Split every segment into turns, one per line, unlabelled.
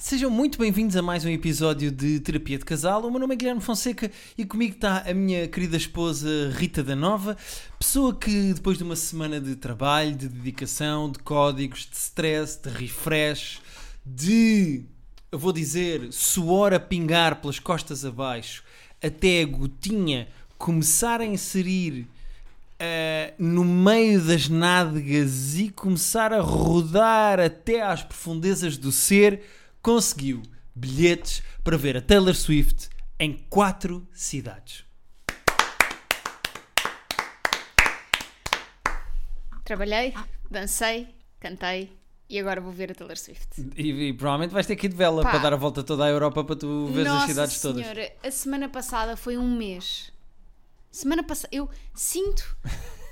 Sejam muito bem-vindos a mais um episódio de Terapia de Casal. O meu nome é Guilherme Fonseca e comigo está a minha querida esposa Rita da Nova, pessoa que depois de uma semana de trabalho, de dedicação, de códigos, de stress, de refresh, de, eu vou dizer, suor a pingar pelas costas abaixo, até a gotinha começar a inserir eh, no meio das nádegas e começar a rodar até às profundezas do ser, conseguiu bilhetes para ver a Taylor Swift em quatro cidades.
Trabalhei, dancei, cantei e agora vou ver a Taylor Swift.
E, e provavelmente vais ter que ir de vela
Pá.
para dar a volta toda à Europa para tu veres as cidades todas.
senhora, a semana passada foi um mês. Semana passada, eu sinto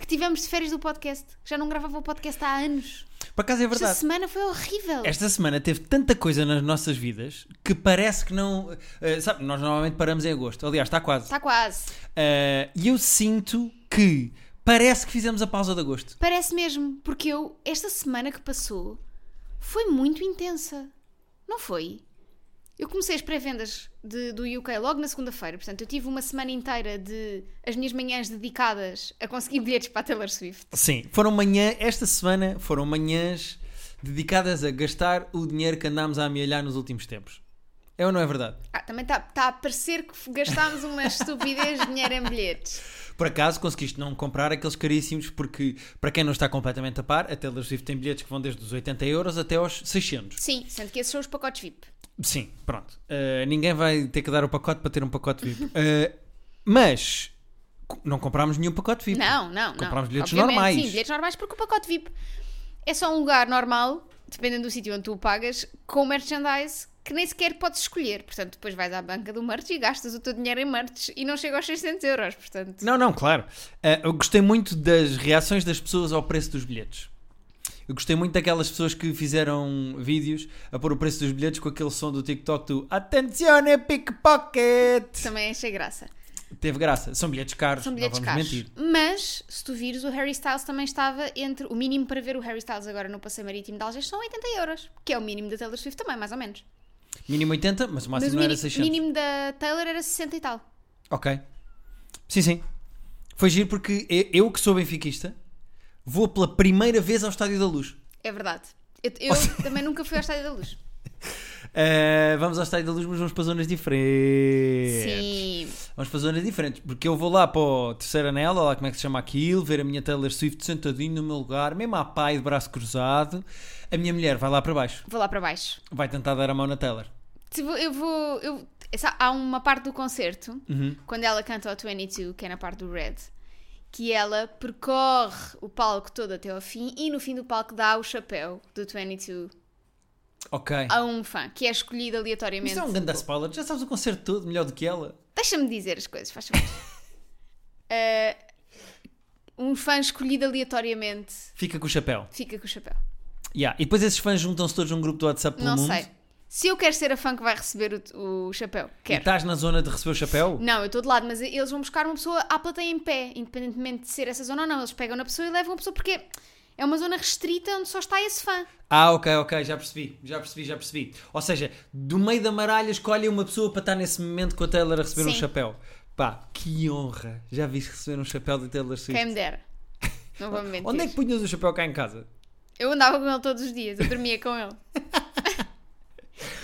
que tivemos de férias do podcast. que Já não gravava o podcast há anos.
Por acaso é
Esta
verdade.
semana foi horrível.
Esta semana teve tanta coisa nas nossas vidas que parece que não. eh, sabe, nós normalmente paramos em agosto. Aliás, está quase.
Está quase.
Eh, E eu sinto que parece que fizemos a pausa de agosto.
Parece mesmo, porque eu, esta semana que passou, foi muito intensa. Não foi? Eu comecei as pré-vendas de- do UK logo na segunda-feira, portanto, eu tive uma semana inteira de as minhas manhãs dedicadas a conseguir bilhetes para a Taylor Swift.
Sim, foram manhã, esta semana foram manhãs dedicadas a gastar o dinheiro que andámos a amealhar nos últimos tempos. É ou não é verdade?
Ah, também está tá a parecer que gastámos uma estupidez de dinheiro em bilhetes.
Por acaso conseguiste não comprar aqueles caríssimos, porque para quem não está completamente a par, a Taylor Swift tem bilhetes que vão desde os 80 euros até aos 600.
Sim, sendo que esses são os pacotes VIP.
Sim, pronto. Uh, ninguém vai ter que dar o pacote para ter um pacote VIP. Uh, mas co- não comprámos nenhum pacote VIP.
Não, não, não.
Comprámos Tipo, bilhetes
Obviamente,
normais.
Sim, bilhetes normais, porque o pacote VIP é só um lugar normal, dependendo do sítio onde tu o pagas, com merchandise que nem sequer podes escolher. Portanto, depois vais à banca do merch e gastas o teu dinheiro em merch e não chega aos 600 euros, portanto.
Não, não, claro. Ah, eu gostei muito das reações das pessoas ao preço dos bilhetes. Eu gostei muito daquelas pessoas que fizeram vídeos a pôr o preço dos bilhetes com aquele som do TikTok do Attenzione pickpocket!
Também achei graça.
Teve graça. São bilhetes caros,
São bilhetes
não vamos
caros.
mentir.
Mas, se tu vires, o Harry Styles também estava entre. O mínimo para ver o Harry Styles agora no Passeio Marítimo de Algés são 80 euros, que é o mínimo da Taylor Swift também, mais ou menos.
Mínimo 80, mas o máximo
Mas o
não era
mini-
600.
mínimo da Taylor era 60 e tal.
Ok. Sim, sim. Foi giro porque e- eu que sou benfiquista vou pela primeira vez ao Estádio da Luz.
É verdade. Eu, eu também nunca fui ao Estádio da Luz.
Ah, vamos ao Estádio da Luz, mas vamos para zonas diferentes.
Sim.
Vamos para zonas diferentes, porque eu vou lá para o terceiro anel, ou lá como é que se chama aquilo, ver a minha Taylor Swift sentadinho no meu lugar, mesmo à pai de braço cruzado. A minha mulher vai lá para baixo,
Vou lá para baixo.
vai tentar dar a mão na Taylor.
Se vou- Eu vou. Eu, essa- há uma parte do concerto,
Uhum.
quando ela canta o 22, que é na parte do Red, que ela percorre o palco todo até ao fim e no fim do palco dá o chapéu do 22
Ok.
a um fã, que é escolhido aleatoriamente.
Isto é um ganda spoiler, já sabes o concerto todo, melhor do que ela.
Deixa-me dizer as coisas, faz favor. Eh, um fã escolhido aleatoriamente
Fica com o chapéu.
fica com o chapéu.
Yeah. E depois esses fãs juntam-se todos num grupo do WhatsApp pelo
Não
mundo.
sei. Se eu quero ser a fã que vai receber o, o chapéu,
E
quero.
estás na zona de receber o chapéu?
Não, eu estou de lado, mas eles vão buscar uma pessoa à plateia em pé, independentemente de ser essa zona ou não. Eles pegam na pessoa e levam a pessoa porque é uma zona restrita onde só está esse fã.
Ah, ok, ok, já percebi, já percebi, já percebi. Ou seja, do meio da maralha escolhem uma pessoa para estar nesse momento com a Taylor a receber um
Sim.
chapéu. Pá, que honra! Já viste receber um chapéu de Taylor Swift?
Quem me dera. Não vou me mentir.
Onde é que punhas o chapéu cá em casa?
Eu andava com ele todos os dias, eu dormia com ele.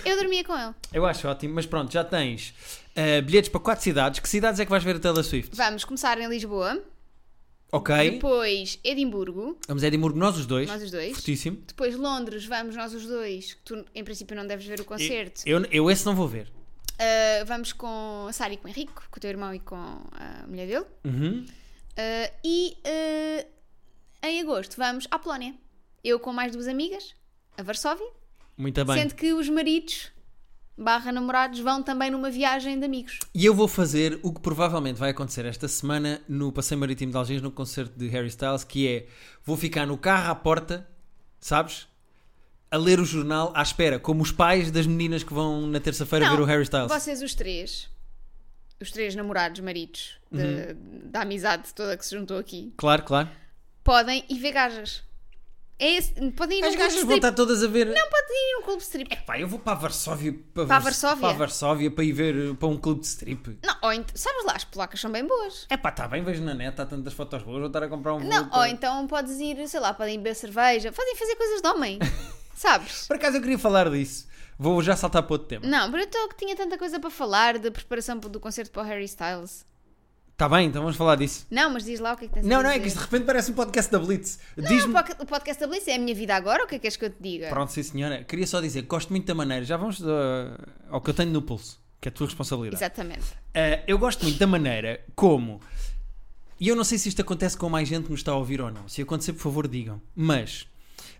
eu dormia com ele.
Eu acho ótimo, mas pronto, já tens ah, bilhetes para quatro cidades. Que cidades é que vais ver a Taylor Swift?
Vamos começar em Lisboa,
Ok,
depois Edimburgo,
vamos a Edimburgo, nós os dois.
nós os dois.
Fortíssimo.
Depois Londres, vamos nós os dois. que Tu, em princípio, não deves ver o concerto.
Eu, eu esse não vou ver.
Uh, vamos com a Sara e com o Henrique, com o teu irmão e com a mulher dele.
Uhum.
Uh, e uh, em agosto vamos à Polónia. Eu com mais duas amigas, a Varsóvia,
Muito bem.
sendo que os maridos barra namorados vão também numa viagem de amigos.
E eu vou fazer o que provavelmente vai acontecer esta semana no Passeio Marítimo de Algés, no concerto de Harry Styles, que é, vou ficar no carro à porta, sabes? A ler o jornal à espera, como os pais das meninas que vão na terça-feira
Não,
ver o Harry Styles.
Vocês os três, os três namorados, maridos de-
Uhum.
da amizade toda que se juntou aqui,
Claro, claro.
podem ir ver gajas. É esse- podem ir a um
As
clube
gajas
strip.
vão estar todas a ver.
Não, podem ir a um clube strip.
Pá, eu vou para a Varsóvia para,
Para a
Vars-
Varsóvia?
para a Varsóvia para ir ver uh, para um clube de strip.
Não, ou então, sabes lá, as polacas são bem boas.
É pá, está bem, vejo na net, há tantas fotos boas, vou estar a comprar um voo
Não,
para-
ou então podes ir, sei lá, podem beber cerveja, podem fazer coisas de homem. sabes?
Por acaso eu queria falar disso. Vou já saltar para outro tema.
Não, porque eu que tinha tanta coisa para falar de preparação do concerto para o Harry Styles.
Está bem, então vamos falar disso.
Não, mas diz lá o que é que tens a
Não, não, é
dizer.
que isto de repente parece um podcast da Blitz.
Ah, o
Diz-me.
podca- O podcast da Blitz é a minha vida agora, o que é que queres que eu te diga?
Pronto, sim senhora. Queria só dizer, gosto muito da maneira. Já vamos ah, ao que eu tenho no pulso, que é a tua responsabilidade.
Exatamente.
Ah, eu gosto muito da maneira como. E eu não sei se isto acontece com mais gente que nos está a ouvir ou não. Se acontecer, por favor, digam. Mas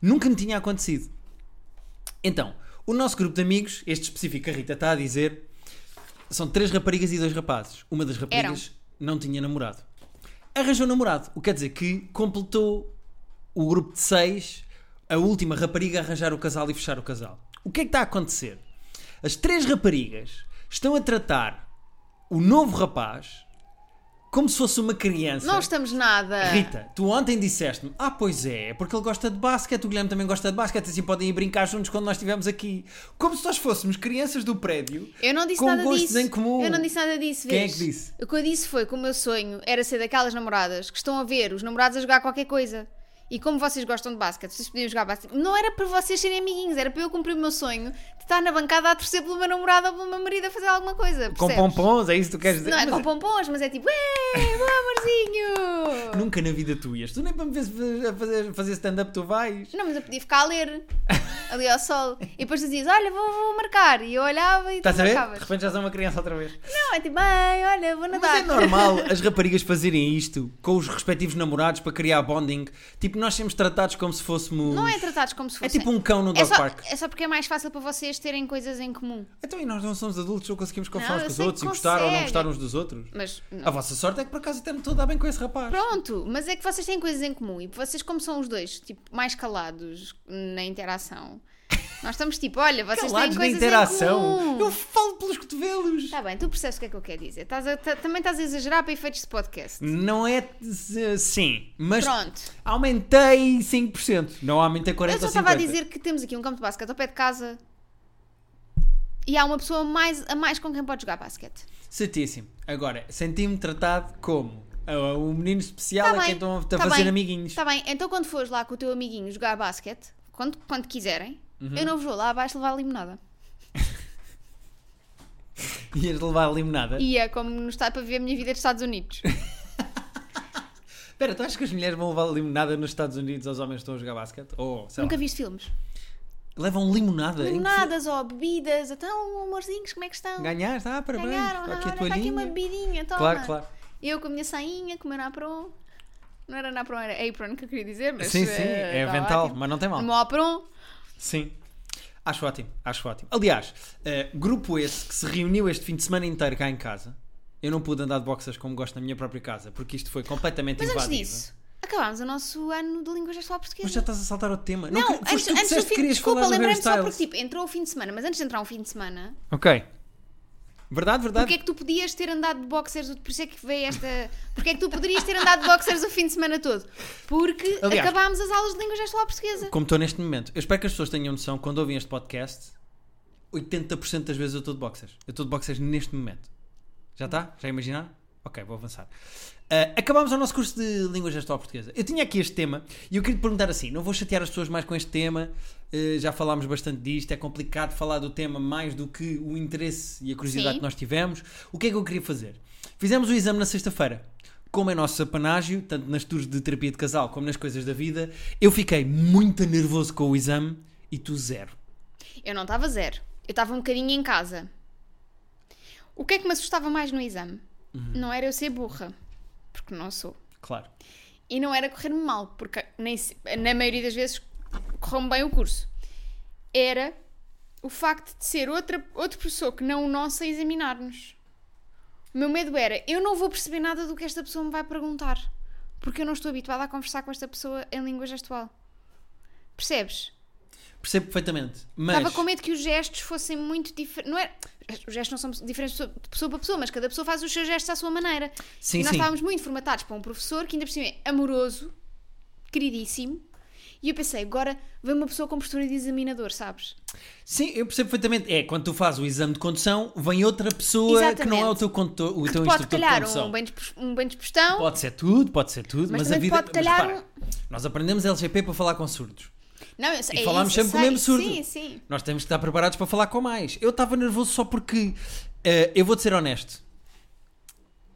nunca me tinha acontecido. Então, o nosso grupo de amigos, este específico, a Rita está a dizer, são três raparigas e dois rapazes. Uma das raparigas não tinha namorado. Arranjou namorado, o que quer dizer que completou o grupo de seis, a última rapariga a arranjar o casal e fechar o casal. O que é que está a acontecer? As três raparigas estão a tratar o novo rapaz como se fosse uma criança.
Não estamos nada.
Rita, tu ontem disseste-me, ah, pois é, porque ele gosta de basquete, o Guilherme também gosta de basquete, assim podem ir brincar juntos quando nós estivermos aqui. Como se nós fôssemos crianças do prédio.
Eu não disse
Com
nada
gostos
disso.
em comum.
Eu não disse nada disso.
Quem é
vês?
que disse?
O que eu disse foi que o meu sonho era ser daquelas namoradas que estão a ver os namorados a jogar qualquer coisa. E como vocês gostam de basquete, vocês podiam jogar basquete. Não era para vocês serem amiguinhos, era para eu cumprir o meu sonho de estar na bancada a torcer pelo meu namorado ou pelo meu marido a fazer alguma coisa.
Com
percebes?
pompons, é isso que tu queres dizer?
Não é
Mas
com pompons, mas é tipo, "Ei, bom amorzinho!
Nunca na vida tu ias. Tu nem para me ver a fazer, fazer stand-up tu vais.
Não, mas eu podia ficar a ler ali ao sol. E depois tu dizias, olha, vou, vou marcar. E eu olhava e tu
Estás a ver? De
marcavas.
repente já sou uma criança outra vez.
Não, é tipo, bem, olha, vou nadar.
Mas é normal as raparigas fazerem isto com os respectivos namorados para criar bonding. Tipo, nós somos tratados como se fôssemos.
Não é tratados como se
É
fossem.
tipo um cão no
É
dog
só,
park.
é só porque é mais fácil para vocês terem coisas em comum.
Então, e nós não somos adultos, não conseguimos confiar uns
Não, eu
com os
sei
outros
que
e gostar ou não
conseguem.
gostar uns dos outros.
Mas não.
A vossa sorte é que por acaso até me estou a dar bem com esse rapaz.
pronto, mas é que vocês têm coisas em comum e vocês, como são os dois, tipo, mais calados na interação, nós estamos tipo, olha, vocês
Calados
têm
na
coisas em
interação.
comum.
Eu falo pelos cotovelos.
Está bem, tu percebes o que é que eu quero dizer. Estás a- ta- também estás a exagerar para efeitos de podcast.
Não é eh, sim, mas
Pronto.
aumentei 5%. Não aumentei 40%
Eu só
ou
estava a
50%.
dizer que temos aqui um campo de basquete ao pé de casa e há uma pessoa mais, a mais com quem pode jogar basquete.
Certíssimo. Agora, senti-me tratado como ah, o menino especial
Tá
a
bem,
quem estão a a
tá
fazer
bem,
então amiguinhos.
Está bem, então quando fores lá com o teu amiguinho jogar basquete, quando, quando quiserem,
Uhum.
eu não vos vou lá abaixo levar limonada.
Ias levar a limonada.
E é como nos está para ver a minha vida dos Estados Unidos.
Então. Espera, tu achas que as mulheres vão levar limonada nos Estados Unidos aos homens que estão a jogar basquete? Ou, sei
Nunca
lá,
viste filmes.
levam limonada? é Em que
Limonadas ou bebidas, então amorzinhos, como é que
fi-
estão?
Ganhaste? Ah, parabéns.
Ganharam,
Está
olha,
aqui a
olha,
tua
está aqui uma
linha.
bebidinha, toma.
Claro, claro.
Eu com a minha sainha, com o meu napron. Não era napron, era apron que eu queria dizer, mas...
Sim, sim,
eh,
é
tá
avental,
ótimo.
mas não tem mal.
No meu apron,
Sim. Acho ótimo, acho ótimo. Aliás, eh, grupo esse que se reuniu este fim de semana inteiro cá em casa. Eu não pude andar de boxers como gosto na minha própria casa, porque isto foi completamente
mas antes
invadido.
disso, acabámos o nosso ano de língua gestual
Mas
portuguesa.
já estás a saltar outro tema.
Não,
que-
antes,
foste tu que
antes do
disseste que
fim,
querias
desculpa,
falar do Harry
lembrei-me só porque
Styles.
tipo, entrou o fim de semana, mas antes de entrar um fim de semana,
Ok. Verdade, verdade.
porque é que tu podias ter andado de boxers, o- por isso é que veio esta, porque é que tu poderias ter andado de boxers o fim de semana todo? Porque
Aliás-
acabámos as aulas de língua gestual portuguesa.
Como estou neste momento. Eu espero que as pessoas tenham noção, quando ouvem este podcast, 80% das vezes eu estou de boxers. Eu estou de boxers neste momento. Já está? Já imaginaram? Ok, vou avançar. Ah, acabámos o nosso curso de língua gestual portuguesa. Eu tinha aqui este tema e eu queria te perguntar assim: não vou chatear as pessoas mais com este tema, eh, já falámos bastante disto, é complicado falar do tema mais do que o interesse e a curiosidade
Sim.
que nós tivemos. O que é que eu queria fazer? Fizemos o exame na sexta-feira. Como é nosso apanágio, tanto nas tours de terapia de casal como nas coisas da vida, eu fiquei muito nervoso com o exame e tu zero.
Eu não estava zero. Eu estava um bocadinho em casa. O que é que me assustava mais no exame?
Uhum.
Não era eu ser burra, porque não sou.
Claro.
E não era correr-me mal, porque nem se- na maioria das vezes correu-me bem o curso. Era o facto de ser outra, outro professor que não o nosso a examinar-nos. O meu medo era, eu não vou perceber nada do que esta pessoa me vai perguntar, porque eu não estou habituada a conversar com esta pessoa em língua gestual. Percebes?
Percebo perfeitamente. Mas.
Estava com medo que os gestos fossem muito diferentes. Não é? Os gestos não são diferentes de pessoa- de pessoa para pessoa, mas cada pessoa faz os seus gestos à sua maneira.
Sim,
e nós
sim.
estávamos muito formatados para um professor que ainda por cima é amoroso, queridíssimo, E eu pensei, agora vem uma pessoa com postura de examinador, sabes?
Sim, eu percebo perfeitamente. É, quando tu fazes o exame de condução, vem outra pessoa que não é o teu condutor, o
Que
teu
te pode
instrutor de
calhar
condução.
um bem, dispos- um bem dispostão,
Pode ser tudo, pode ser tudo,
Mas
mas, a
também
vida.
pode calhar um
mas repara, nós aprendemos LGP para falar com surdos.
Não, eu sei,
E
é
falámos
isso, eu
sempre com o mesmo
sei.
surdo.
Sim, sim.
Nós temos que estar preparados para falar com mais. Eu estava nervoso só porque. eh, eu vou-te ser honesto.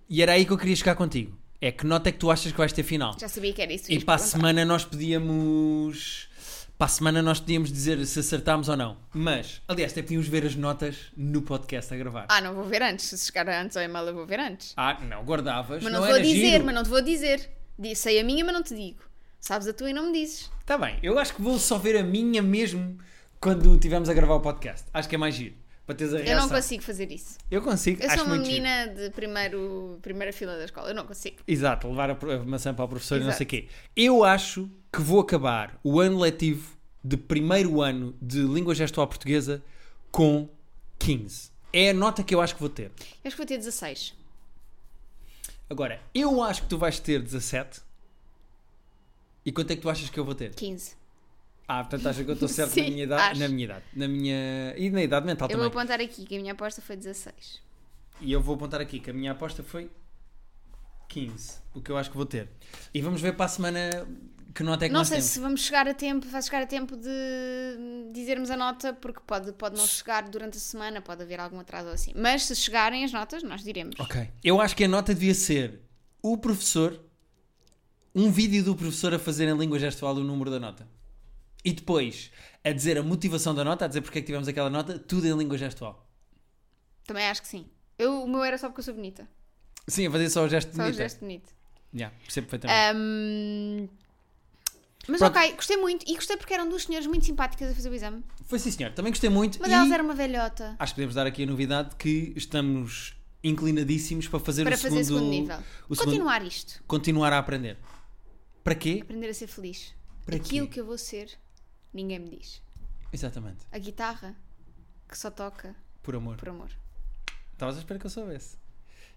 E era aí que eu queria chegar contigo. É que nota é que tu achas que vais ter final?
Já sabia que era isso. que
E
ias
para a
perguntar.
semana nós podíamos. Para a semana nós podíamos dizer se acertámos ou não. Mas, aliás, até podíamos ver as notas no podcast a gravar.
Ah, não vou ver antes. Se chegar antes ao e-mail, eu vou ver antes.
Ah, não, guardavas.
Mas não,
era
vou dizer,
giro.
mas não te vou dizer. Di- Sei a minha, mas não te digo. Sabes a tua e não me dizes.
Tá bem, eu acho que vou só ver a minha mesmo quando estivermos a gravar o podcast. Acho que é mais giro. Para teres a
Eu
reação.
não consigo fazer isso.
Eu consigo,
Eu
acho
sou uma
muito giro.
menina de primeiro, primeira fila da escola. Eu não consigo.
Exato, levar a, pro- a maçã para o professor e não sei o
Exato.
quê. Eu acho que vou acabar o ano letivo de primeiro ano de língua gestual portuguesa com 15. É a nota que eu acho que vou ter.
Eu acho que vou ter 16.
Agora, eu acho que tu vais ter 17. E quanto é que tu achas que eu vou ter?
15.
Ah, portanto achas que eu estou certo na
Sim,
minha idade?
acho.
Na minha idade. Na minha... E na idade mental
Eu vou
também.
apontar aqui que a minha aposta foi 16.
é E eu vou apontar aqui que a minha aposta foi 15, o que eu acho que vou ter. E vamos ver para a semana que nota é que
não
nós
sei
temos.
se vamos chegar a tempo, vai chegar a tempo de dizermos a nota, porque pode, pode não chegar durante a semana, pode haver algum atraso ou assim. Mas se chegarem as notas, nós diremos.
Ok. Eu acho que a nota devia ser o professor, um vídeo do professor a fazer em língua gestual o número da nota. E depois a dizer a motivação da nota, a dizer porque é que tivemos aquela nota, tudo em língua gestual.
Também acho que sim. Eu, o meu era só porque eu sou bonita.
Sim, a fazer só o gesto
Só
bonito.
o gesto bonito.
Yeah, percebo perfeitamente.
Hum, Mas
Pronto.
ok, gostei muito. E gostei porque eram duas senhoras muito simpáticas a fazer o exame.
Foi sim, senhor. Também gostei muito.
Mas
e
elas eram uma velhota.
Acho que podemos dar aqui a novidade que estamos inclinadíssimos para fazer
Para
o
fazer
segundo,
segundo nível.
o segundo-
Continuar isto.
continuar a aprender. Para quê?
Aprender a ser feliz.
Para
Aquilo
quê?
que eu vou ser, ninguém me diz.
Exatamente.
A guitarra que só toca
Por amor.
por amor.
Estavas à espera que eu soubesse.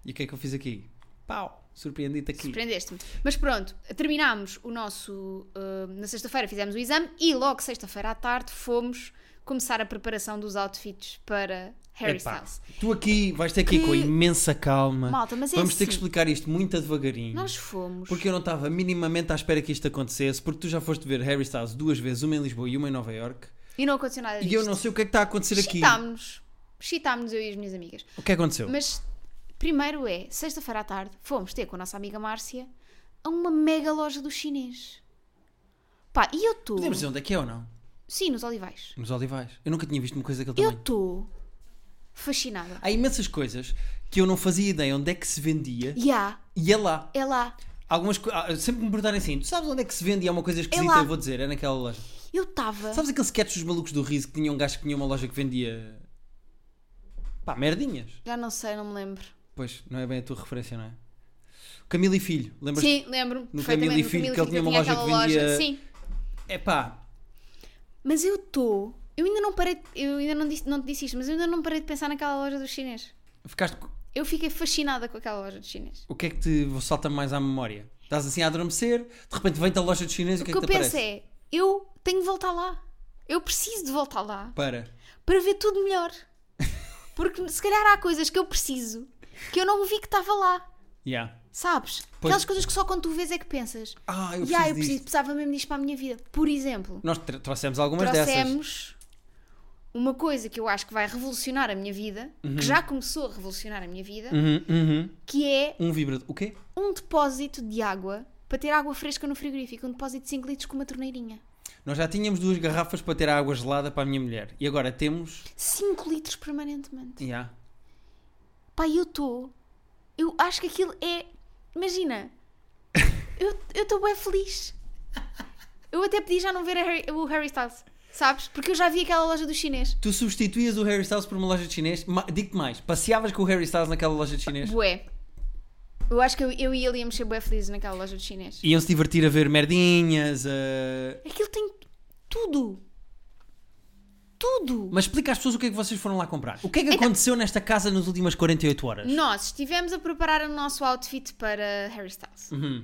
E o que é que eu fiz aqui? Pau! Surpreendi-te aqui.
Surpreendeste-me. Mas pronto, terminámos o nosso. ah, na sexta-feira fizemos o exame e logo sexta-feira à tarde fomos começar a preparação dos outfits para Harry
Epá,
Styles.
tu aqui vais ter que ir com
Que-
imensa calma.
Malta, mas é
Vamos ter que
assim.
explicar isto muito devagarinho.
Nós fomos.
Porque eu não estava minimamente à espera que isto acontecesse, porque tu já foste ver Harry Styles duas vezes, uma em Lisboa e uma em Nova York.
E não aconteceu nada disto.
E eu não sei o que é que está a acontecer aqui.
Chitámos-nos. Chitámos-nos eu e as minhas amigas.
O que aconteceu?
Mas primeiro é, sexta-feira à tarde, fomos ter com a nossa amiga Márcia a uma mega loja do chinês. Pá, e eu estou.
Podemos dizer onde é que é ou não?
Sim, nos Olivais.
Nos Olivais. Eu nunca tinha visto uma coisa daquele
Eu
tamanho.
estou fascinada.
Há imensas coisas que eu não fazia ideia onde é que se vendia
E há,
e é lá.
é lá.
Algumas co- ah, Sempre me perguntarem assim: tu sabes onde é que se vende e há uma coisa esquisita?
lá.
eu vou dizer, é naquela loja.
Eu estava.
Sabes aquele sketch dos malucos do riso que tinha um gajo que tinha uma loja que vendia. pá, merdinhas?
Já não sei, não me lembro.
Pois, não é bem a tua referência, não é? Camilo e Filho, lembras?
Sim, lembro-me.
no
perfeitamente,
Camilo e
no
Filho,
Camilo
que ele
e
tinha
Filho,
uma loja que
aquela
vendia-
Sim,
É pá,
mas eu estou. Eu ainda não parei. de- Eu ainda não, disse, não te disse isto, mas eu ainda não parei de pensar naquela loja do chinês.
ficaste. co-
Eu fiquei fascinada com aquela loja do chinês.
O que é que te salta mais à memória? Estás assim a adormecer, de repente vem-te a loja dos chineses e o
O
que
que,
é que
eu
te
penso
aparece?
é, eu tenho de voltar lá. Eu preciso de voltar lá
Para.
para ver tudo melhor. Porque se calhar há coisas que eu preciso que eu não vi que estava lá.
Yeah.
Sabes?
Pois.
Aquelas coisas que só quando tu vês é que pensas.
Ah, eu preciso.
e ah, eu
disto.
preciso, precisava mesmo disto para a minha vida. Por exemplo,
Nós tra- trouxemos algumas dessas.
trouxemos uma coisa que eu acho que vai revolucionar a minha vida, que já começou a revolucionar a minha vida,
Uhum, uhum.
que é
Um vibrador. O quê?
um depósito de água para ter água fresca no frigorífico. Um depósito de 5 litros com uma torneirinha.
Nós já tínhamos duas garrafas para ter água gelada para a minha mulher. E agora temos.
5 litros permanentemente.
Yeah.
Pá, eu estou. Eu acho que aquilo é. Imagina. Eu estou bem feliz. Eu até podia já não ver a Harry- o Harry Styles, sabes? Porque eu já vi aquela loja do chinês.
Tu substituías o Harry Styles por uma loja de chinês? Ma- Digo-te mais, passeavas com o Harry Styles naquela loja de chinês?
Bué. Eu acho que eu, eu e ele íamos ser bué felizes naquela loja do chinês.
Iam-se divertir a ver merdinhas, a-
Aquilo tem tudo. Tudo.
Mas explica às pessoas o que é que vocês foram lá comprar. O que é que aconteceu nesta casa nas últimas 48 horas?
Nós estivemos a preparar o nosso outfit para Harry Styles.
Uhum,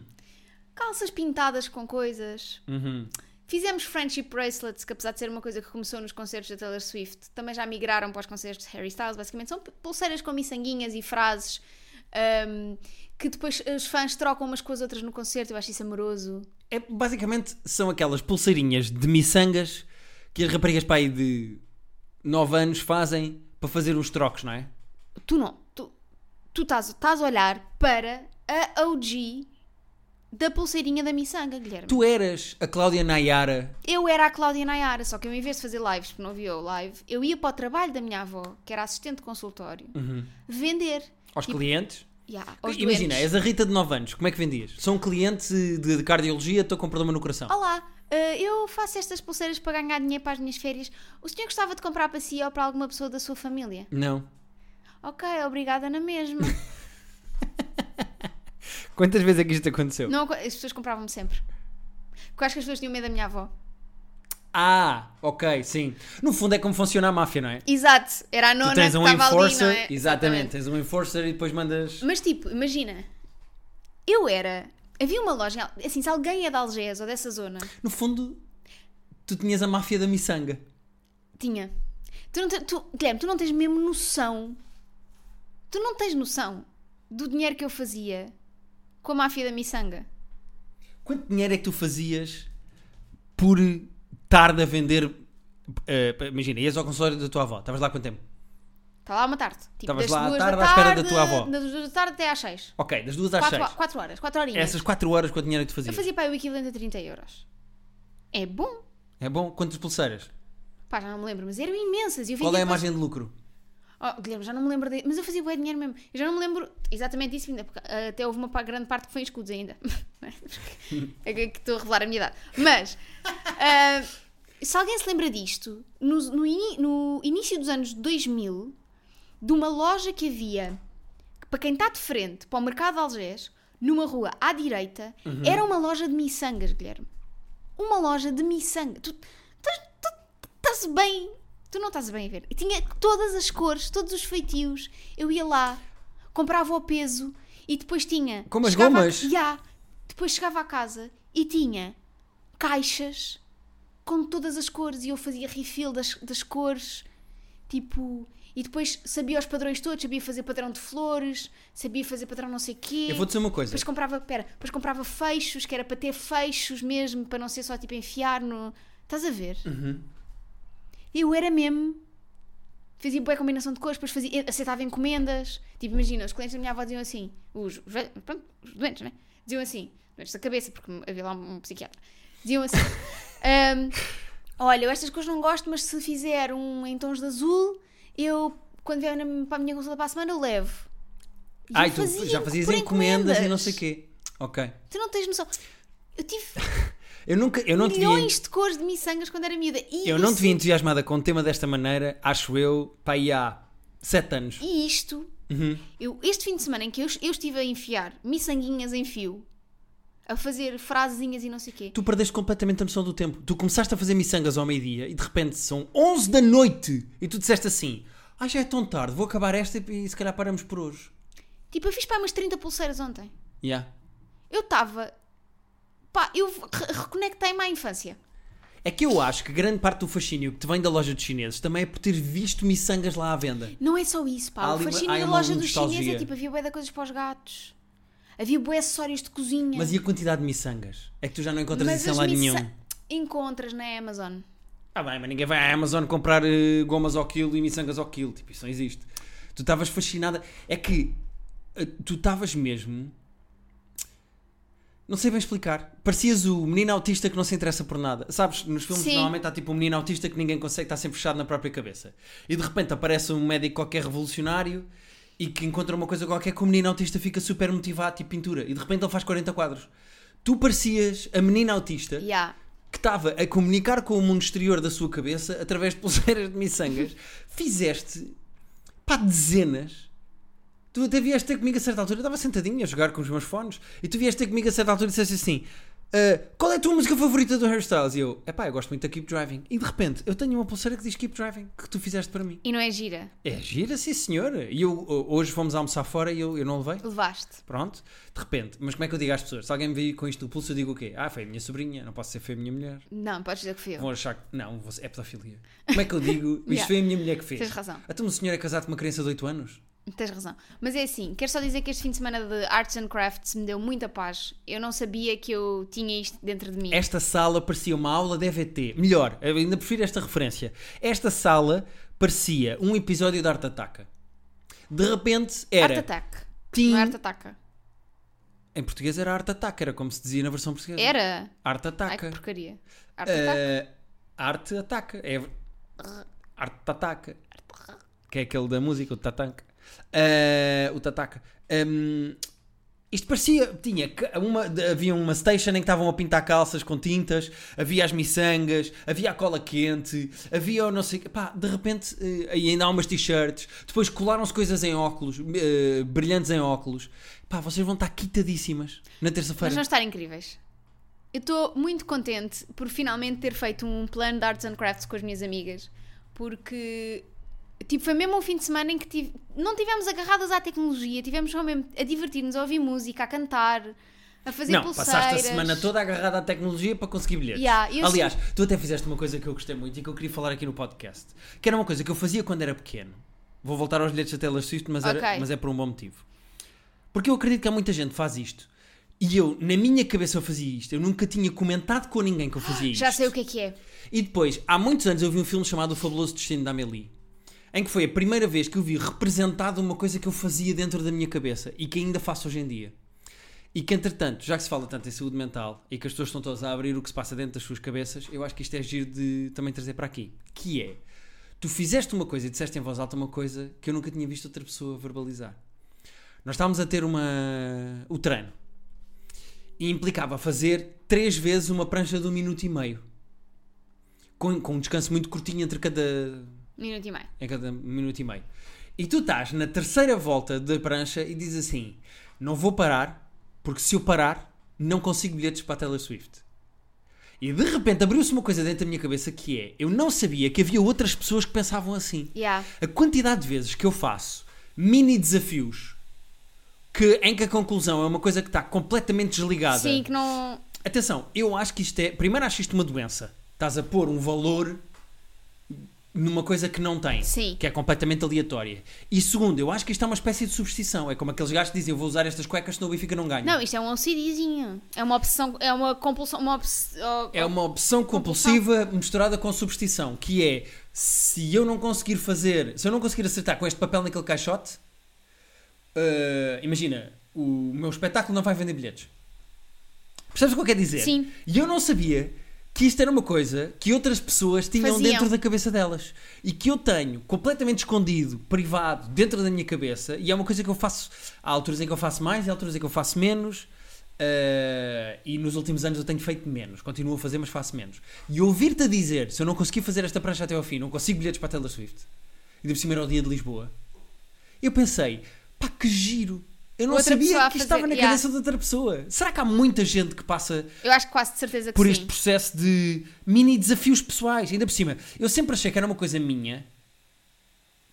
Calças pintadas com coisas,
uhum.
Fizemos friendship bracelets, que apesar de ser uma coisa que começou nos concertos da Taylor Swift, também já migraram para os concertos de Harry Styles, basicamente. São pulseiras com miçanguinhas e frases um, que depois os fãs trocam umas com as outras no concerto. Eu acho isso amoroso.
É, basicamente são aquelas pulseirinhas de miçangas que as raparigas para aí de 9 anos fazem para fazer uns trocos, não é?
Tu não. Tu, tu estás, estás a olhar para a OG da pulseirinha da miçanga, Guilherme.
Tu eras a Cláudia Nayara.
Eu era a Cláudia Nayara, só que eu, em vez de fazer lives, porque não havia o live, eu ia para o trabalho da minha avó, que era assistente de consultório, vender.
Aos clientes?
Yeah, aos
Uhum. Imagina,
doentes.
és a Rita de 9 anos, como é que vendias? Sou um cliente de, de cardiologia, estou com um problema no coração.
Olá, eh, eu faço estas pulseiras para ganhar dinheiro para as minhas férias. O senhor gostava de comprar para si ou para alguma pessoa da sua família?
Não.
Ok, obrigada na mesma.
Quantas vezes é que isto aconteceu?
não, as pessoas compravam-me sempre. Porque eu acho que as pessoas tinham medo da minha avó.
Ah, ok, sim. No fundo é como funciona a máfia, não é?
Exato, era a nona
tu tens
que
um
estava é ali,
enforcer,
não é?
exatamente, tens um enforcer e depois mandas.
Mas tipo, imagina, eu era. Havia uma loja, em Al- assim, se alguém é de Algés ou dessa zona,
No fundo, tu tinhas a máfia da miçanga.
tinha. Tu não te, tu, Guilherme, tu não tens mesmo noção. Tu não tens noção do dinheiro que eu fazia com a máfia da miçanga.
Quanto dinheiro é que tu fazias por tarde a vender? eh, imagina, ias ao consultório da tua avó, estavas lá há quanto tempo?
Estava lá uma tarde. Tipo,
Estavas
das
lá à
duas
tarde
da
à espera da tua avó.
Das duas da tarde até às seis.
Ok, das duas às
Quatro,
seis.
ho- quatro horas, quatro horinhas.
Essas quatro horas, quanto dinheiro é que tu
Eu
fazias?
fazia para aí o equivalente a 30 euros. É bom.
É bom? Quantas pulseiras?
Pá, já não me lembro, mas eram imensas. E eu
Qual
vendia
é a
depois-
margem de lucro?
Oh, Guilherme, já não me lembro. De... Mas eu fazia bué dinheiro mesmo. Eu já não me lembro exatamente disso ainda, porque ah, até houve uma pa- grande parte que foi em escudos ainda. é que que estou a revelar a minha idade. Mas, ah, se alguém se lembra disto, no, no ini- no início dos anos 2000, de uma loja que havia, que para quem está de frente, para o mercado de Algés, numa rua à direita, era uma loja de miçangas, Guilherme. Uma loja de miçanga. Tu, estás bem. Tu não estás bem a ver. Eu tinha todas as cores, todos os feitios. Eu ia lá, comprava ao peso e depois tinha.
Como as
chegava a-
gomas?
Ya. depois chegava à casa e tinha caixas com todas as cores e eu fazia refill das, das cores. Tipo. E depois sabia os padrões todos, sabia fazer padrão de flores, sabia fazer padrão não sei quê.
Eu vou dizer uma coisa.
Depois comprava, pera, depois comprava fechos, que era para ter fechos mesmo, para não ser só tipo enfiar no. Estás a ver? Eu era mesmo. Fazia boa combinação de cores, depois fazia, aceitava encomendas. Tipo, imagina, os clientes da minha avó diziam assim, os, velhos- pronto, os doentes, né? Diziam assim, doentes da cabeça, porque havia lá um, um psiquiatra. Diziam assim: "Ahm, Olha, eu estas cores não gosto, mas se fizer um em tons de azul, eu, quando vier na- para a minha consulta para a semana, eu levo. E eu
Ai, tu
fazia
já fazias
por
encomendas, e não sei o quê. Ok.
Tu não tens noção. Eu tive
Eu nunca, eu não te vi
milhões de cores de miçangas quando era miúda. E
Eu não te
isso-
vi entusiasmada com um tema desta maneira, acho eu, para aí há 7 anos.
E isto,
Uhum.
eu, este fim de semana em que eu, eu estive a enfiar miçanguinhas em fio, a fazer frasezinhas e não sei o quê.
Tu perdeste completamente a noção do tempo. Tu começaste a fazer miçangas ao meio-dia e de repente são 11 da noite e tu disseste assim: Ah, já é tão tarde, vou acabar esta e, e se calhar paramos por hoje.
Tipo, eu fiz para umas 30 pulseiras ontem.
Yeah.
Eu estava. Pá, eu re- reconectei-me à infância.
É que eu acho que grande parte do fascínio que te vem da loja dos chineses também é por ter visto miçangas lá à venda.
Não é só isso, pá.
Há
o
ali uma-
fascínio
há
da
uma
loja dos chineses é
nostalgia.
tipo, havia bué de coisas para os gatos. Havia bué acessórios de cozinha.
Mas e a quantidade de miçangas? É que tu já não encontras
Mas
isso em
as
lado
miça-
nenhum.
Encontras na Amazon.
Ah bem, mas ninguém vai à Amazon comprar eh, gomas ao quilo e miçangas ao quilo. Tipo, isso não existe. Tu estavas fascinada. É que eh, tu estavas mesmo... Não sei bem explicar. Parecias o menino autista que não se interessa por nada. Sabes, nos filmes
Sim.
normalmente há tipo um menino autista que ninguém consegue, está sempre fechado na própria cabeça. E de repente aparece um médico qualquer revolucionário e que encontra uma coisa qualquer que o menino autista fica super motivado, tipo pintura. E de repente ele faz 40 quadros. Tu parecias a menina autista
Yeah.
que estava a comunicar com o mundo exterior da sua cabeça através de pulseiras de miçangas, fizeste pá, dezenas. Tu até vieste ter comigo a certa altura, eu estava sentadinho a jogar com os meus fones, e tu vieste ter comigo a certa altura e disseste assim: "Ah, qual é a tua música favorita do hairstyles? E eu, epá, eu gosto muito da Keep Driving. E de repente, eu tenho uma pulseira que diz Keep Driving, que tu fizeste para mim.
E não é gira.
É gira, sim senhora. E eu, ho- hoje fomos almoçar fora e eu, eu não levei.
Levaste.
Pronto, de repente. Mas como é que eu digo às pessoas? Se alguém me vir com isto do pulso, eu digo o quê? Ah, foi a minha sobrinha, não posso ser foi a minha mulher.
Não, podes dizer que fui eu.
Vão achar que. Não, você- é pedofilia. Como é que eu digo? Isto
Yeah.
foi a minha mulher que fez.
Tens razão.
Então, o senhor é casado com uma criança de 8 anos?
Tens razão. Mas é assim, quero só dizer que este fim de semana de Arts and Crafts me deu muita paz. Eu não sabia que eu tinha isto dentro de mim.
Esta sala parecia uma aula de EVT. Melhor, eu ainda prefiro esta referência. Esta sala parecia um episódio de Art Ataca. De repente
Art
era.
Attack.
Tim-
Não é Art Attack.
Em português era Art Ataca, era como se dizia na versão portuguesa.
Era.
Art
Ai,
Ataca.
que porcaria. Art Attack.
Eh, arte ataca. É... Arte ataca. Que é aquele da música, o tatanca. Eh, o tataca. Hum, isto parecia. Tinha, ca- uma, de- havia uma station em que estavam a pintar calças com tintas, havia as miçangas, havia a cola quente, havia o não sei. o quê. Pá, de repente, eh, e ainda há umas t-shirts. Depois colaram-se coisas em óculos, eh, brilhantes em óculos. Pá, vocês vão estar quitadíssimas na
Mas vão
terça-feira.
estar incríveis. Eu estou muito contente por finalmente ter feito um plano de Arts and Crafts com as minhas amigas, porque tipo, foi mesmo um fim de semana em que tive- não tivemos agarradas à tecnologia, tivemos só mesmo a divertir-nos, a ouvir música, a cantar, a fazer
Não,
pulseiras.
passaste a semana toda agarrada à tecnologia para conseguir bilhetes.
Yeah, eu assim-
Aliás, tu até fizeste uma coisa que eu gostei muito e que eu queria falar aqui no podcast. Que era uma coisa que eu fazia quando era pequeno. Vou voltar aos bilhetes da Taylor Swift, mas, era-
Ok.
mas é por um bom motivo. Porque eu acredito que há muita gente que faz isto. E eu, na minha cabeça, eu fazia isto. Eu nunca tinha comentado com ninguém que eu fazia isto.
Já sei o que é que é.
E depois, há muitos anos, eu vi um filme chamado O Fabuloso Destino da Amélie, em que foi a primeira vez que eu vi representado uma coisa que eu fazia dentro da minha cabeça e que ainda faço hoje em dia. E que, entretanto, já que se fala tanto em saúde mental e que as pessoas estão todas a abrir o que se passa dentro das suas cabeças, eu acho que isto é giro de também trazer para aqui. Que é, tu fizeste uma coisa e disseste em voz alta uma coisa que eu nunca tinha visto outra pessoa verbalizar. Nós estávamos a ter uma... o treino. E implicava fazer três vezes uma prancha de um minuto e meio com, com um descanso muito curtinho entre cada,
Minuto e meio.
em cada minuto e meio. E tu estás na terceira volta da prancha e dizes assim: Não vou parar, porque se eu parar, não consigo bilhetes para a Taylor Swift. E de repente abriu-se uma coisa dentro da minha cabeça que é: Eu não sabia que havia outras pessoas que pensavam assim.
Yeah.
A quantidade de vezes que eu faço mini desafios que, em que a conclusão é uma coisa que está completamente desligada.
Sim, que não.
Atenção, eu acho que isto é. Primeiro, acho isto uma doença. Estás a pôr um valor numa coisa que não tem,
Sim.
que é completamente aleatória. E segundo, eu acho que isto é uma espécie de superstição. É como aqueles gajos que dizem: Eu vou usar estas cuecas, senão o Benfica não ganha.
Não, isto é um OCDzinho. É uma obsessão, é uma compulsão, uma obs... oh,
É uma opção compulsiva misturada com superstição, que é se eu não conseguir fazer, se eu não conseguir acertar com este papel naquele caixote, eh, imagina, o meu espetáculo não vai vender bilhetes. Percebes o que eu quero dizer?
Sim.
E eu não sabia que isto era uma coisa que outras pessoas tinham
Faziam.
dentro da cabeça delas e que eu tenho completamente escondido, privado, dentro da minha cabeça, e é uma coisa que eu faço. Há alturas em que eu faço mais e há alturas em que eu faço menos. eh, e nos últimos anos eu tenho feito menos, continuo a fazer, mas faço menos. E ouvir-te a dizer: se eu não conseguir fazer esta prancha até ao fim, não consigo bilhetes para a Taylor Swift, e de por cima era o dia de Lisboa, eu pensei, pá, que giro. Eu não
Outra pessoa
sabia
a
que isto
fazer-
estava na
yeah.
cabeça de outra pessoa. Será que há muita gente que passa
Eu acho que quase de certeza que
por
sim.
este processo de mini desafios pessoais? Ainda por cima, eu sempre achei que era uma coisa minha.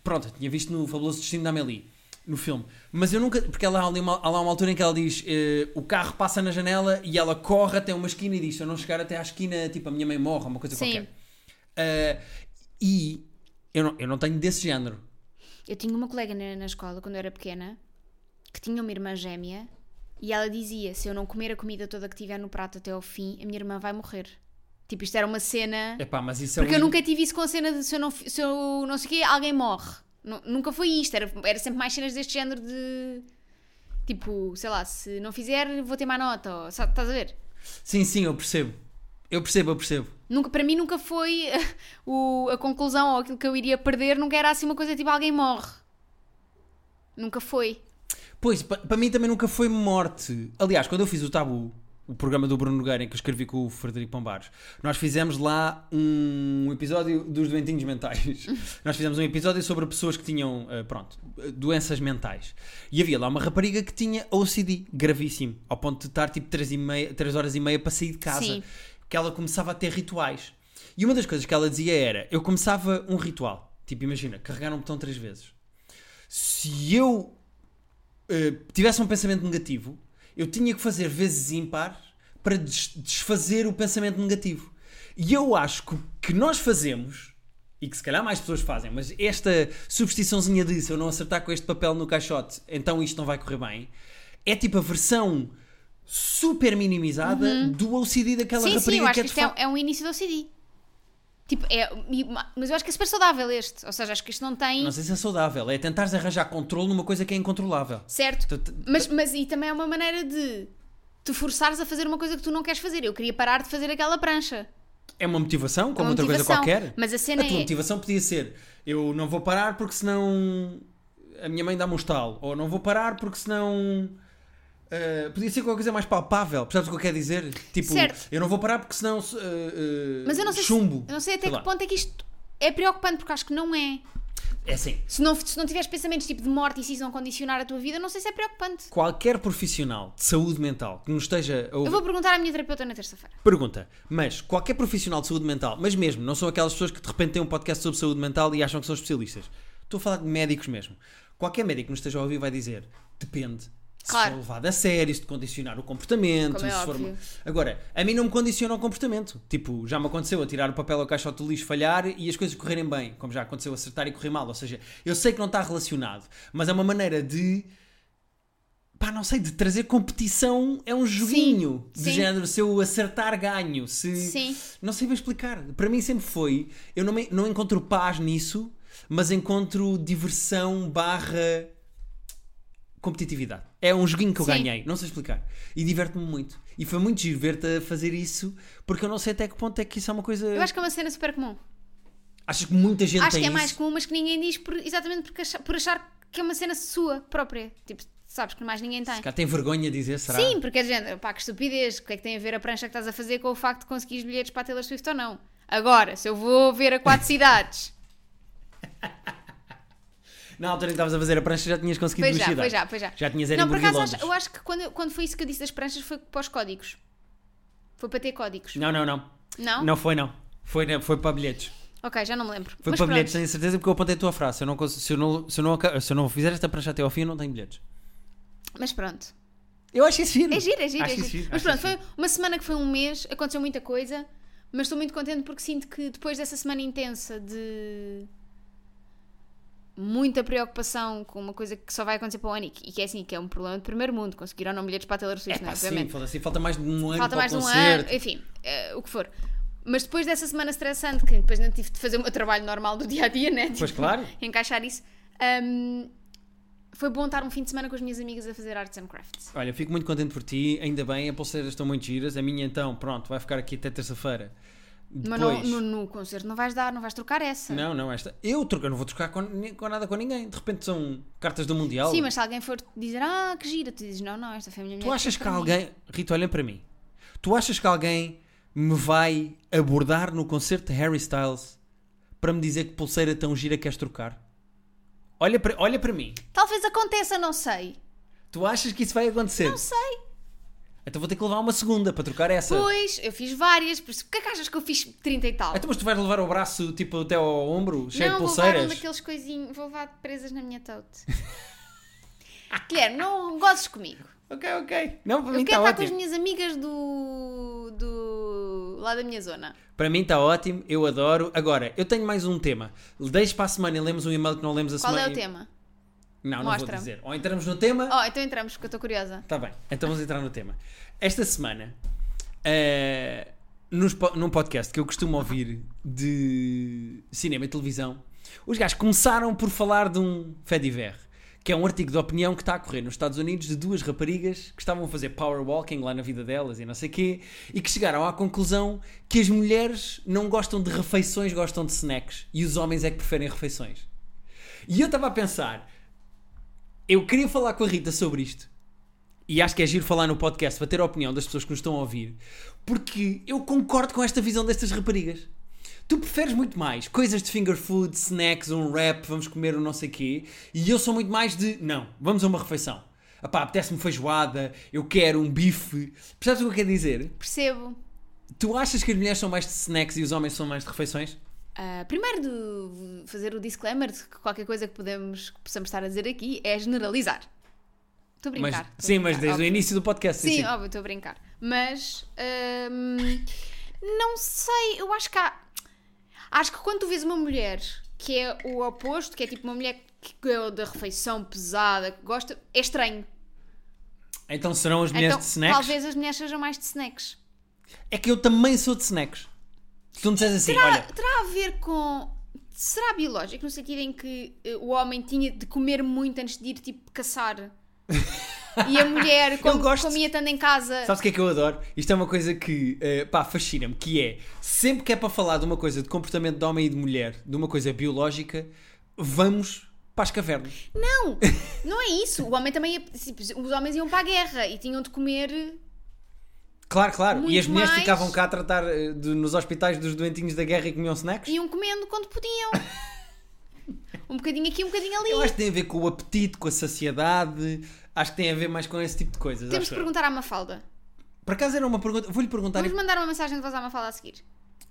Pronto, eu tinha visto no Fabuloso Destino da Amélie, no filme. Mas eu nunca. Porque ela, há, ali uma, há lá uma altura em que ela diz: eh, o carro passa na janela e ela corre até uma esquina e diz: se eu não chegar até à esquina, tipo, a minha mãe morre, uma coisa
Sim.
qualquer. Ah, e eu não, eu não tenho desse género.
Eu tinha uma colega na, na escola, quando eu era pequena, que tinha uma irmã gêmea e ela dizia: Se eu não comer a comida toda que tiver no prato até ao fim, a minha irmã vai morrer. Tipo, isto era uma cena.
Epá, mas isso
porque
é
eu
um-
nunca tive isso com a cena de se eu não, fi- se eu não sei o quê, alguém morre. Nu- nunca foi isto. Era, era sempre mais cenas deste género de. Tipo, sei lá, se não fizer, vou ter má nota. Ou, sa- estás a ver?
Sim, sim, eu percebo. Eu percebo, eu percebo.
Nunca, para mim nunca foi o- a conclusão ou aquilo que eu iria perder, nunca era assim uma coisa tipo alguém morre. Nunca foi.
Pois, pa- para mim também nunca foi morte. Aliás, quando eu fiz o tabu, o programa do Bruno Nogueira em que eu escrevi com o Frederico Pombares, nós fizemos lá um episódio dos doentinhos mentais. nós fizemos um episódio sobre pessoas que tinham, eh, pronto, doenças mentais. E havia lá uma rapariga que tinha OCD gravíssimo, ao ponto de estar tipo 3, e meia, três horas e meia para sair de casa.
Sim.
Que ela começava a ter rituais. E uma das coisas que ela dizia era: eu começava um ritual. Tipo, imagina, carregar um botão três vezes. Se eu eh, tivesse um pensamento negativo, eu tinha que fazer vezes ímpar para des- desfazer o pensamento negativo. E eu acho que o que nós fazemos, e que se calhar mais pessoas fazem, mas esta substituiçãozinha de se eu não acertar com este papel no caixote, então isto não vai correr bem, é tipo a versão super minimizada do OCD daquela
Uhum. Sim,
rapariga
sim, eu acho
que é de
que isto é,
facto...
um- é um início do OCD. Tipo, é, e- mas eu acho que é super saudável este. Ou seja, acho que isto não tem.
Não sei se é saudável, é tentares arranjar controle numa coisa que é incontrolável.
Certo?
Tu- tu-
Mas, mas e também é uma maneira de te forçares a fazer uma coisa que tu não queres fazer. Eu queria parar de fazer aquela prancha.
É uma motivação, como
uma
outra
motivação,
coisa qualquer.
mas a cena
tua
é-
motivação podia ser: eu não vou parar porque senão a minha mãe dá-me um estalo. Ou não vou parar porque senão. ah, podia ser qualquer coisa mais palpável. Percebes o que eu quero dizer? Tipo,
Certo.
eu não vou parar porque senão. ah, ah,
Mas eu não sei, se-
chumbo.
eu não sei até
Sei
que
lá.
ponto é que isto é preocupante, porque acho que não é.
É assim:
Se não, se não tiveres pensamentos tipo de morte e se isso não condicionar a tua vida, não sei se é preocupante.
qualquer profissional de saúde mental que nos esteja a
Eu
ouvir.
vou perguntar à minha terapeuta na terça-feira.
Pergunta, mas qualquer profissional de saúde mental, mas mesmo, não são aquelas pessoas que de repente têm um podcast sobre saúde mental e acham que são especialistas. Estou a falar de médicos mesmo. Qualquer médico que nos esteja a ouvir vai dizer: depende. Se
Claro.
for levado a sério, se te condicionar o comportamento.
Como é
se for...
óbvio.
Agora, a mim não me condiciona o comportamento. Tipo, já me aconteceu a tirar o papel ao caixote do lixo, falhar e as coisas correrem bem, como já aconteceu acertar e correr mal. Ou seja, eu sei que não está relacionado, mas é uma maneira de. Pá, não sei, de trazer competição é um joguinho de
sim.
género. Se eu acertar, ganho. Se...
Sim.
Não sei bem explicar. Para mim sempre foi. Eu não, me- não encontro paz nisso, mas encontro diversão barra competitividade. É um joguinho que eu
Sim.
ganhei, não sei explicar. E diverto-me muito. E foi muito giro ver-te a fazer isso, porque eu não sei até que ponto é que isso é uma coisa.
Eu acho que é uma cena super comum.
Achas que muita gente
acho
tem
que é mais
isso?
comum, mas que ninguém diz por- exatamente porque acha- por achar que é uma cena sua própria. Tipo, sabes que mais ninguém tem.
Se calhar tem vergonha de dizer, será?
Sim, porque é de género, pá, que estupidez, o que é que tem a ver a prancha que estás a fazer com o facto de conseguires bilhetes para a Taylor Swift ou não? Agora, se eu vou ver a quatro cidades.
Na altura em que estavas a fazer a prancha já tinhas conseguido
Pois já,
lucidar.
pois já, pois já.
Já tinhas
Não, por
Edimburgo e
acaso,
Londres.
acho- eu acho que quando, quando foi isso que eu disse das pranchas foi para os códigos. Foi para ter códigos.
Não, não, não.
Não?
Não foi, não. Foi, não. foi para bilhetes.
Ok, já não me lembro.
Foi para
Mas pronto.
bilhetes, tenho certeza, porque eu apontei a tua frase. Se eu não, cons- se eu não, se eu não, aca- se eu não fizer esta prancha até ao fim, eu não tenho bilhetes.
Mas pronto.
Eu acho isso giro.
É giro, é giro,
Acho
é giro.
isso giro, acho
Mas pronto,
isso
foi uma semana que foi um mês, aconteceu muita coisa, mas estou muito contente porque sinto que depois dessa semana intensa de muita preocupação com uma coisa que só vai acontecer para o ano e que e que é assim, que é um problema de primeiro mundo, conseguir ou não bilhetes para a Taylor Swift,
Epá,
não é?
sim,
Obviamente.
falta, sim, falta mais de um ano
Falta
para
mais de
o
um
concerto.
ano, enfim, eh, o que for. Mas depois dessa semana estressante, que depois não tive de fazer o meu trabalho normal do dia a dia, né?
Pois, claro.
Encaixar isso. ahm, foi bom estar um fim de semana com as minhas amigas a fazer arts and crafts.
Olha, fico muito contente por ti, ainda bem, as pulseiras estão muito giras. A minha então, pronto, vai ficar aqui até terça-feira.
Mas
Depois...
não, no, no concerto não vais dar, não vais trocar essa.
Não, não, esta. Eu troco, eu não vou trocar com, ni- com nada com ninguém. De repente são cartas do Mundial.
Sim, mas se alguém for dizer, ah, que gira, tu dizes, não, não, esta foi a minha
Tu
mulher
achas
fez
que
É para mim."
alguém. Rita, olha para mim. Tu achas que alguém me vai abordar no concerto de Harry Styles para me dizer que pulseira tão gira queres trocar? Olha para, olha para mim.
Talvez aconteça, não sei.
Tu achas que isso vai acontecer?
Não sei.
Então vou ter que levar uma segunda para trocar essa.
Pois, eu fiz várias, por isso, porque é que achas que eu fiz 30 e tal?
Então, mas tu vais levar o braço tipo até ao ombro, cheio
não,
de
vou levar
pulseiras?
um daqueles coisinhos, vou levar presas na minha tote. Guilherme, não gozes comigo.
Ok, ok. Não, para
Eu
mim está
quero estar com
Então, tá ótimo.
as minhas amigas do. do. lá da minha zona.
Para mim está ótimo, eu adoro. Agora, eu tenho mais um tema. Deixo para a semana e lemos um e-mail que não lemos a
Qual é
semana.
o tema?
Não, não vou
Mostra-me.
dizer. Ou entramos no tema
Oh, então entramos, porque eu estou curiosa.
Tá bem, então vamos entrar no tema. Esta semana, eh, nos po- num podcast que eu costumo ouvir de cinema e televisão, os gajos começaram por falar de um Fediver, que é um artigo de opinião que está a correr nos Estados Unidos de duas raparigas que estavam a fazer power walking lá na vida delas e não sei quê, e que chegaram à conclusão que as mulheres não gostam de refeições, gostam de snacks, e os homens é que preferem refeições. E eu estava a pensar, eu queria falar com a Rita sobre isto. e acho que é giro falar no podcast para ter a opinião das pessoas que nos estão a ouvir, porque eu concordo com esta visão destas raparigas. Tu preferes muito mais coisas de finger food, snacks, um wrap, vamos comer um não sei quê, e eu sou muito mais de não, vamos a uma refeição. Apá, apetece-me feijoada, eu quero um bife. Percebes o que eu quero dizer?
Percebo.
Tu achas que as mulheres são mais de snacks e os homens são mais de refeições?
Ah, primeiro de fazer o disclaimer de que qualquer coisa que, podemos, que possamos estar a dizer aqui é generalizar. Estou
Mas-
a brincar. estou a
sim, mas
brincar,
desde
óbvio.
o início do podcast.
Sim, óbvio, estou a brincar. Mas hum, não sei, eu acho que há. Acho que quando tu vês uma mulher que é o oposto, que é tipo uma mulher que é da refeição pesada, que gosta, é estranho.
Então serão as mulheres
então,
de snacks?
talvez as mulheres sejam mais de snacks.
É que eu também sou de snacks. Se tu me disseres assim,
Terá,
olha,
terá a ver com. Será biológico no sentido em que eh, o homem tinha de comer muito antes de ir tipo caçar? E a mulher como,
gosto-
comia estando em casa.
Sabes o que é que eu adoro? Isto é uma coisa que, eh, pá, fascina-me, que é, sempre que é para falar de uma coisa de comportamento de homem e de mulher, de uma coisa biológica, vamos para as cavernas.
Não, não é isso. O homem também ia, tipo, os homens iam para a guerra e tinham de comer. eh,
Claro, claro. e
Muito
as mulheres
mais.
ficavam cá a tratar eh, de- nos hospitais dos doentinhos da guerra e comiam snacks?
iam comendo quando podiam. Um bocadinho aqui, um bocadinho ali.
Eu acho que tem a ver com o apetite, com a saciedade, acho que tem a ver mais com esse tipo de coisas.
Temos
acho
de
eu.
perguntar à Mafalda.
Por acaso era uma pergunta, vou-lhe perguntar...
Vamos
e-
mandar uma mensagem de voz à Mafalda a seguir.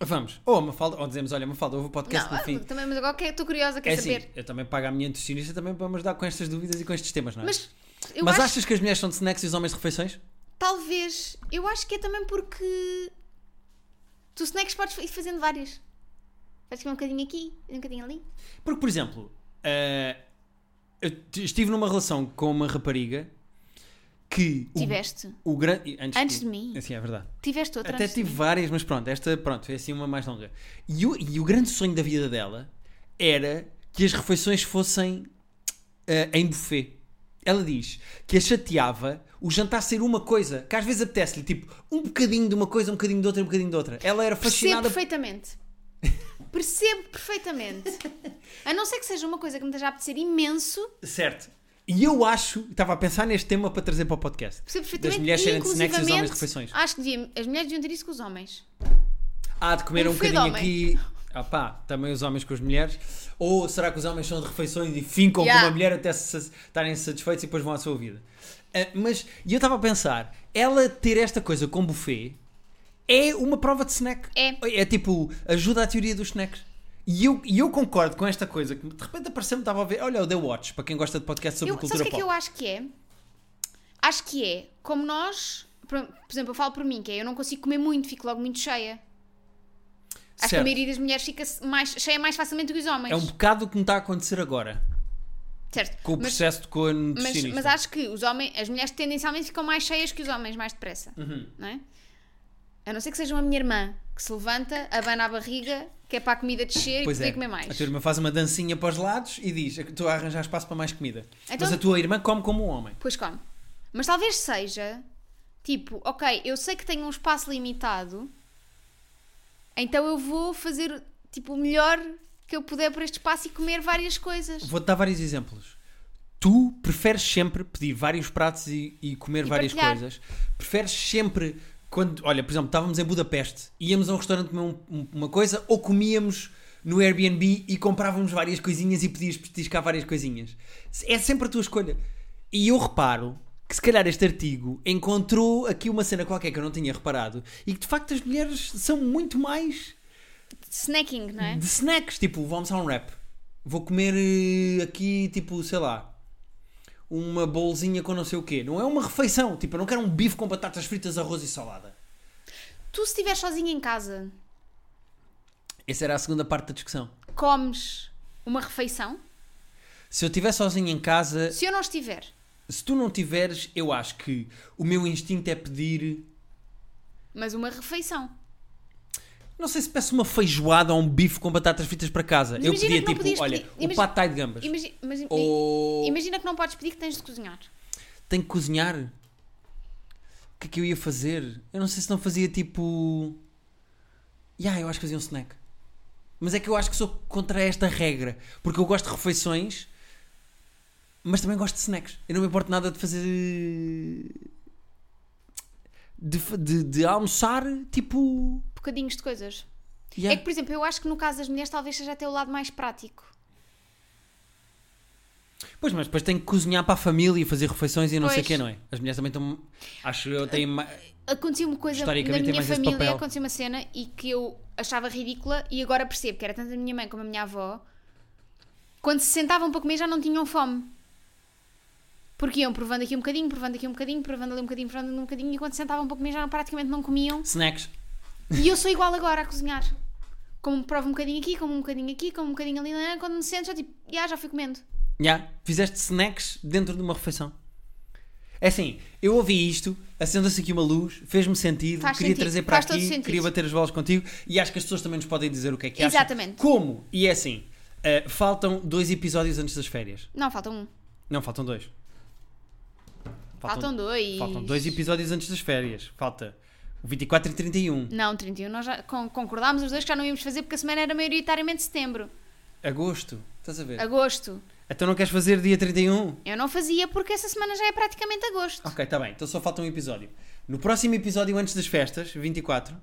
Vamos. Ou a Mafalda, ou dizemos, olha Mafalda, houve o podcast
não,
no fim.
ah, também, mas agora que- estou curiosa,
É
quer
assim,
saber.
eu também pago a minha nutricionista também para me ajudar com estas dúvidas e com estes temas, não é?
Mas eu
Mas
acho
achas que as mulheres são de snacks e os homens de refeições?
talvez. Eu acho que é também porque. Tu snacks podes ir fazendo vários. Vais comer um bocadinho aqui, um bocadinho ali.
Porque, por exemplo, eh, eu t- estive numa relação com uma rapariga que. o-
Um. Tiveste.
O, grande. Antes,
Antes de mim.
Assim, é verdade.
Tiveste outra.
Até
antes de
tive
mim.
várias, mas pronto, esta pronto, foi assim uma mais longa. E o, e o grande sonho da vida dela era que as refeições fossem eh, em buffet. Ela diz que a chateava o jantar ser uma coisa, que às vezes apetece-lhe, tipo, um bocadinho de uma coisa, um bocadinho de outra, um bocadinho de outra. Ela era
Percebo
fascinada
perfeitamente. Percebo perfeitamente. A não ser que seja uma coisa que me esteja a apetecer imenso,
Certo. E eu acho, estava a pensar neste tema para trazer para o podcast.
percebo
Das
perfeitamente.
mulheres serem de snacks e os homens de
inclusivamente,
refeições.
Acho que devia- as mulheres deviam ter isso com os homens.
Há de comer
um
um
buffet de
bocadinho aqui. Ah pá, também os homens com as mulheres. Ou será que os homens são de refeições e fincam
Yeah.
com uma mulher até se- estarem satisfeitos e depois vão à sua vida? Ah, mas, e eu estava a pensar, ela ter esta coisa com buffet é uma prova de snack.
É.
É tipo, ajuda à teoria dos snacks. E eu, e eu concordo com esta coisa que de repente apareceu-me, estava a ver. Olha, o The Watch, para quem gosta de podcast sobre
Eu, sabes
cultura
o que é que
pop.
eu acho que é? Acho que é, como nós, por por exemplo, eu falo por mim, que é eu não consigo comer muito, fico logo muito cheia. Acho que a
Certo.
maioria das mulheres fica mais, cheia mais facilmente do que os homens.
É um bocado o que me está a acontecer agora,
certo.
com o
mas,
processo de com a
mas,
nutricionista.
mas acho que os homens, as mulheres tendencialmente ficam mais cheias que os homens, mais depressa.
Uhum.
Não é? A não ser que seja uma minha irmã que se levanta, abana a barriga, que é para a comida descer
pois
e poder
é,
comer mais.
a tua irmã faz uma dancinha para os lados e diz, estou a arranjar espaço para mais comida.
Então-
Mas a tua irmã come como um homem.
Pois come. Mas talvez seja tipo, ok, eu sei que tenho um espaço limitado, então eu vou fazer tipo o melhor que eu puder por este espaço e comer várias coisas.
Vou-te dar vários exemplos. Tu preferes sempre pedir vários pratos e, e comer
E
várias
partilhar.
coisas. Preferes sempre, quando, olha, por exemplo, estávamos em Budapeste, íamos a um restaurante comer um- um- uma coisa ou comíamos no Airbnb e comprávamos várias coisinhas e pedias petiscar várias coisinhas. É sempre a tua escolha. E eu reparo que se calhar este artigo encontrou aqui uma cena qualquer que eu não tinha reparado e que de facto as mulheres são muito mais
Snacking, não é?
de snacks, tipo, vou almoçar um wrap. Vou comer eh, aqui, tipo, sei lá, uma bolzinha com não sei o quê. Não é uma refeição, tipo, eu não quero um bife com batatas fritas, arroz e salada.
Tu se estiver sozinha em casa,
Essa era a segunda parte da discussão.
comes uma refeição?
Se eu estiver sozinho em casa,
Se eu não estiver,
se tu não tiveres, eu acho que o meu instinto é pedir.
mas uma refeição.
Não sei se peço uma feijoada ou um bife com batatas fritas para casa.
Mas
eu
imagina
pedia,
que não
tipo,
podias
olha,
pedir-
o
imagi-
pad thai de gambas.
Imagi- mas- i-
Ou-
Imagina que não podes pedir que tens de cozinhar.
Tenho que cozinhar. O que é que eu ia fazer? Eu não sei se não fazia tipo. Ya, eu acho que fazia um snack. Mas é que eu acho que sou contra esta regra. Porque eu gosto de refeições Mas também gosto de snacks. Eu não me importo nada de fazer. de, fa- de, de almoçar, tipo.
Bocadinhos de coisas.
yeah.
É que, por exemplo, eu acho que no caso das mulheres talvez seja até o lado mais prático.
Pois, mas depois tem que cozinhar para a família e fazer refeições e não sei o
Pois. Eh,
quê, não é? As mulheres também estão. Acho eu têm. ma-
Aconteceu uma coisa na
Historicamente tem
minha
mais esse
família,
papel.
aconteceu uma cena e que eu achava ridícula e agora percebo que era tanto a minha mãe como a minha avó. Quando se sentavam para comer já não tinham fome. Porque iam provando aqui um bocadinho, provando aqui um bocadinho, provando ali um bocadinho, provando ali um bocadinho e quando se sentavam para comer já praticamente não comiam.
Snacks.
E eu sou igual agora a cozinhar. Como provo um bocadinho aqui, como um bocadinho aqui, como um bocadinho ali, né? quando me sento já tipo, já, já fui comendo.
Já, fizeste snacks dentro de uma refeição. É assim, eu ouvi isto, acendeu-se aqui uma luz, fez-me sentido,
Faz
queria
sentido,
trazer para
faz todo
aqui,
sentido.
queria bater as bolas contigo e acho que as pessoas também nos podem dizer o que é que
Exatamente.
acham. Como? E é assim, eh, faltam dois episódios antes das férias.
Não, falta um.
Não, faltam dois.
Faltam dois.
Faltam dois episódios antes das férias. Falta o 24 e 31.
Não, 31. Nós já con- concordámos os dois que já não íamos fazer porque a semana era maioritariamente setembro.
Agosto, estás a ver?
Agosto.
Então não queres fazer dia 31?
Eu não fazia porque essa semana já é praticamente agosto.
Ok, está bem. Então só falta um episódio. No próximo episódio, antes das festas, 24,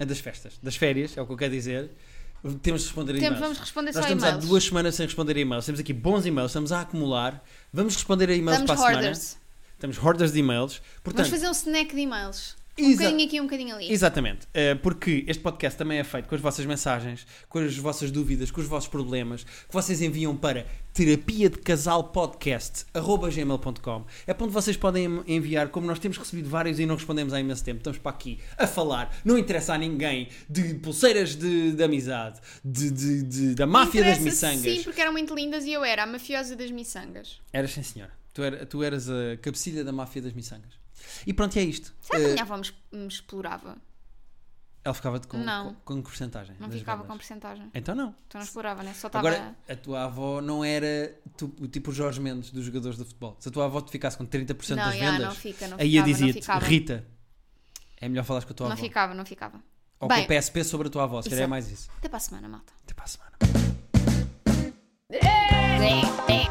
é das festas, das férias, é o que eu quero dizer, temos de responder a
Temos-
e-mails.
vamos responder
Nós
só
estamos
e-mails.
há duas semanas sem responder a e-mails. Temos aqui bons e-mails, estamos a acumular. Vamos responder a e-mails
Estamos
para a
hoarders.
semana. Estamos hoarders de e-mails. Portanto,
Vamos fazer um snack de e-mails. Um
Exa-
bocadinho aqui, um bocadinho ali.
Exatamente, Eh, porque este podcast também é feito com as vossas mensagens, com as vossas dúvidas, com os vossos problemas, que vocês enviam para terapia de casal podcast.gmail.com. É para onde vocês podem em- enviar, como nós temos recebido vários e não respondemos há imenso tempo, estamos para aqui a falar, não interessa a ninguém, de pulseiras de, de amizade, de, de- de- da máfia das
Interessa-se, Sim,
miçangas.
porque eram muito lindas e eu era a mafiosa das miçangas.
Eras sim senhora, tu, era- tu eras a cabecilha da máfia das miçangas. E pronto, é isto.
Será que
Eh,
a minha avó me, es- me explorava?
Ela ficava de com,
Não.
com, com que porcentagem?
Não
das
ficava com
vendas?
porcentagem.
Então não.
Então não explorava, né? Só estava.
Agora, a tua avó não era tu- o tipo Jorge Mendes dos jogadores de futebol. Se a tua avó te ficasse com 30%
Não,
das
já,
vendas,
não fica, não
aí eu
ficava, não
dizia-te,
ficava.
Rita, é melhor falares com a tua
Não
avó.
ficava, não ficava.
Ou com
Bem,
o PSP sobre a tua avó, se calhar é
Exato.
mais isso.
até para a semana, malta.
Até para a semana.
Zé, Zé.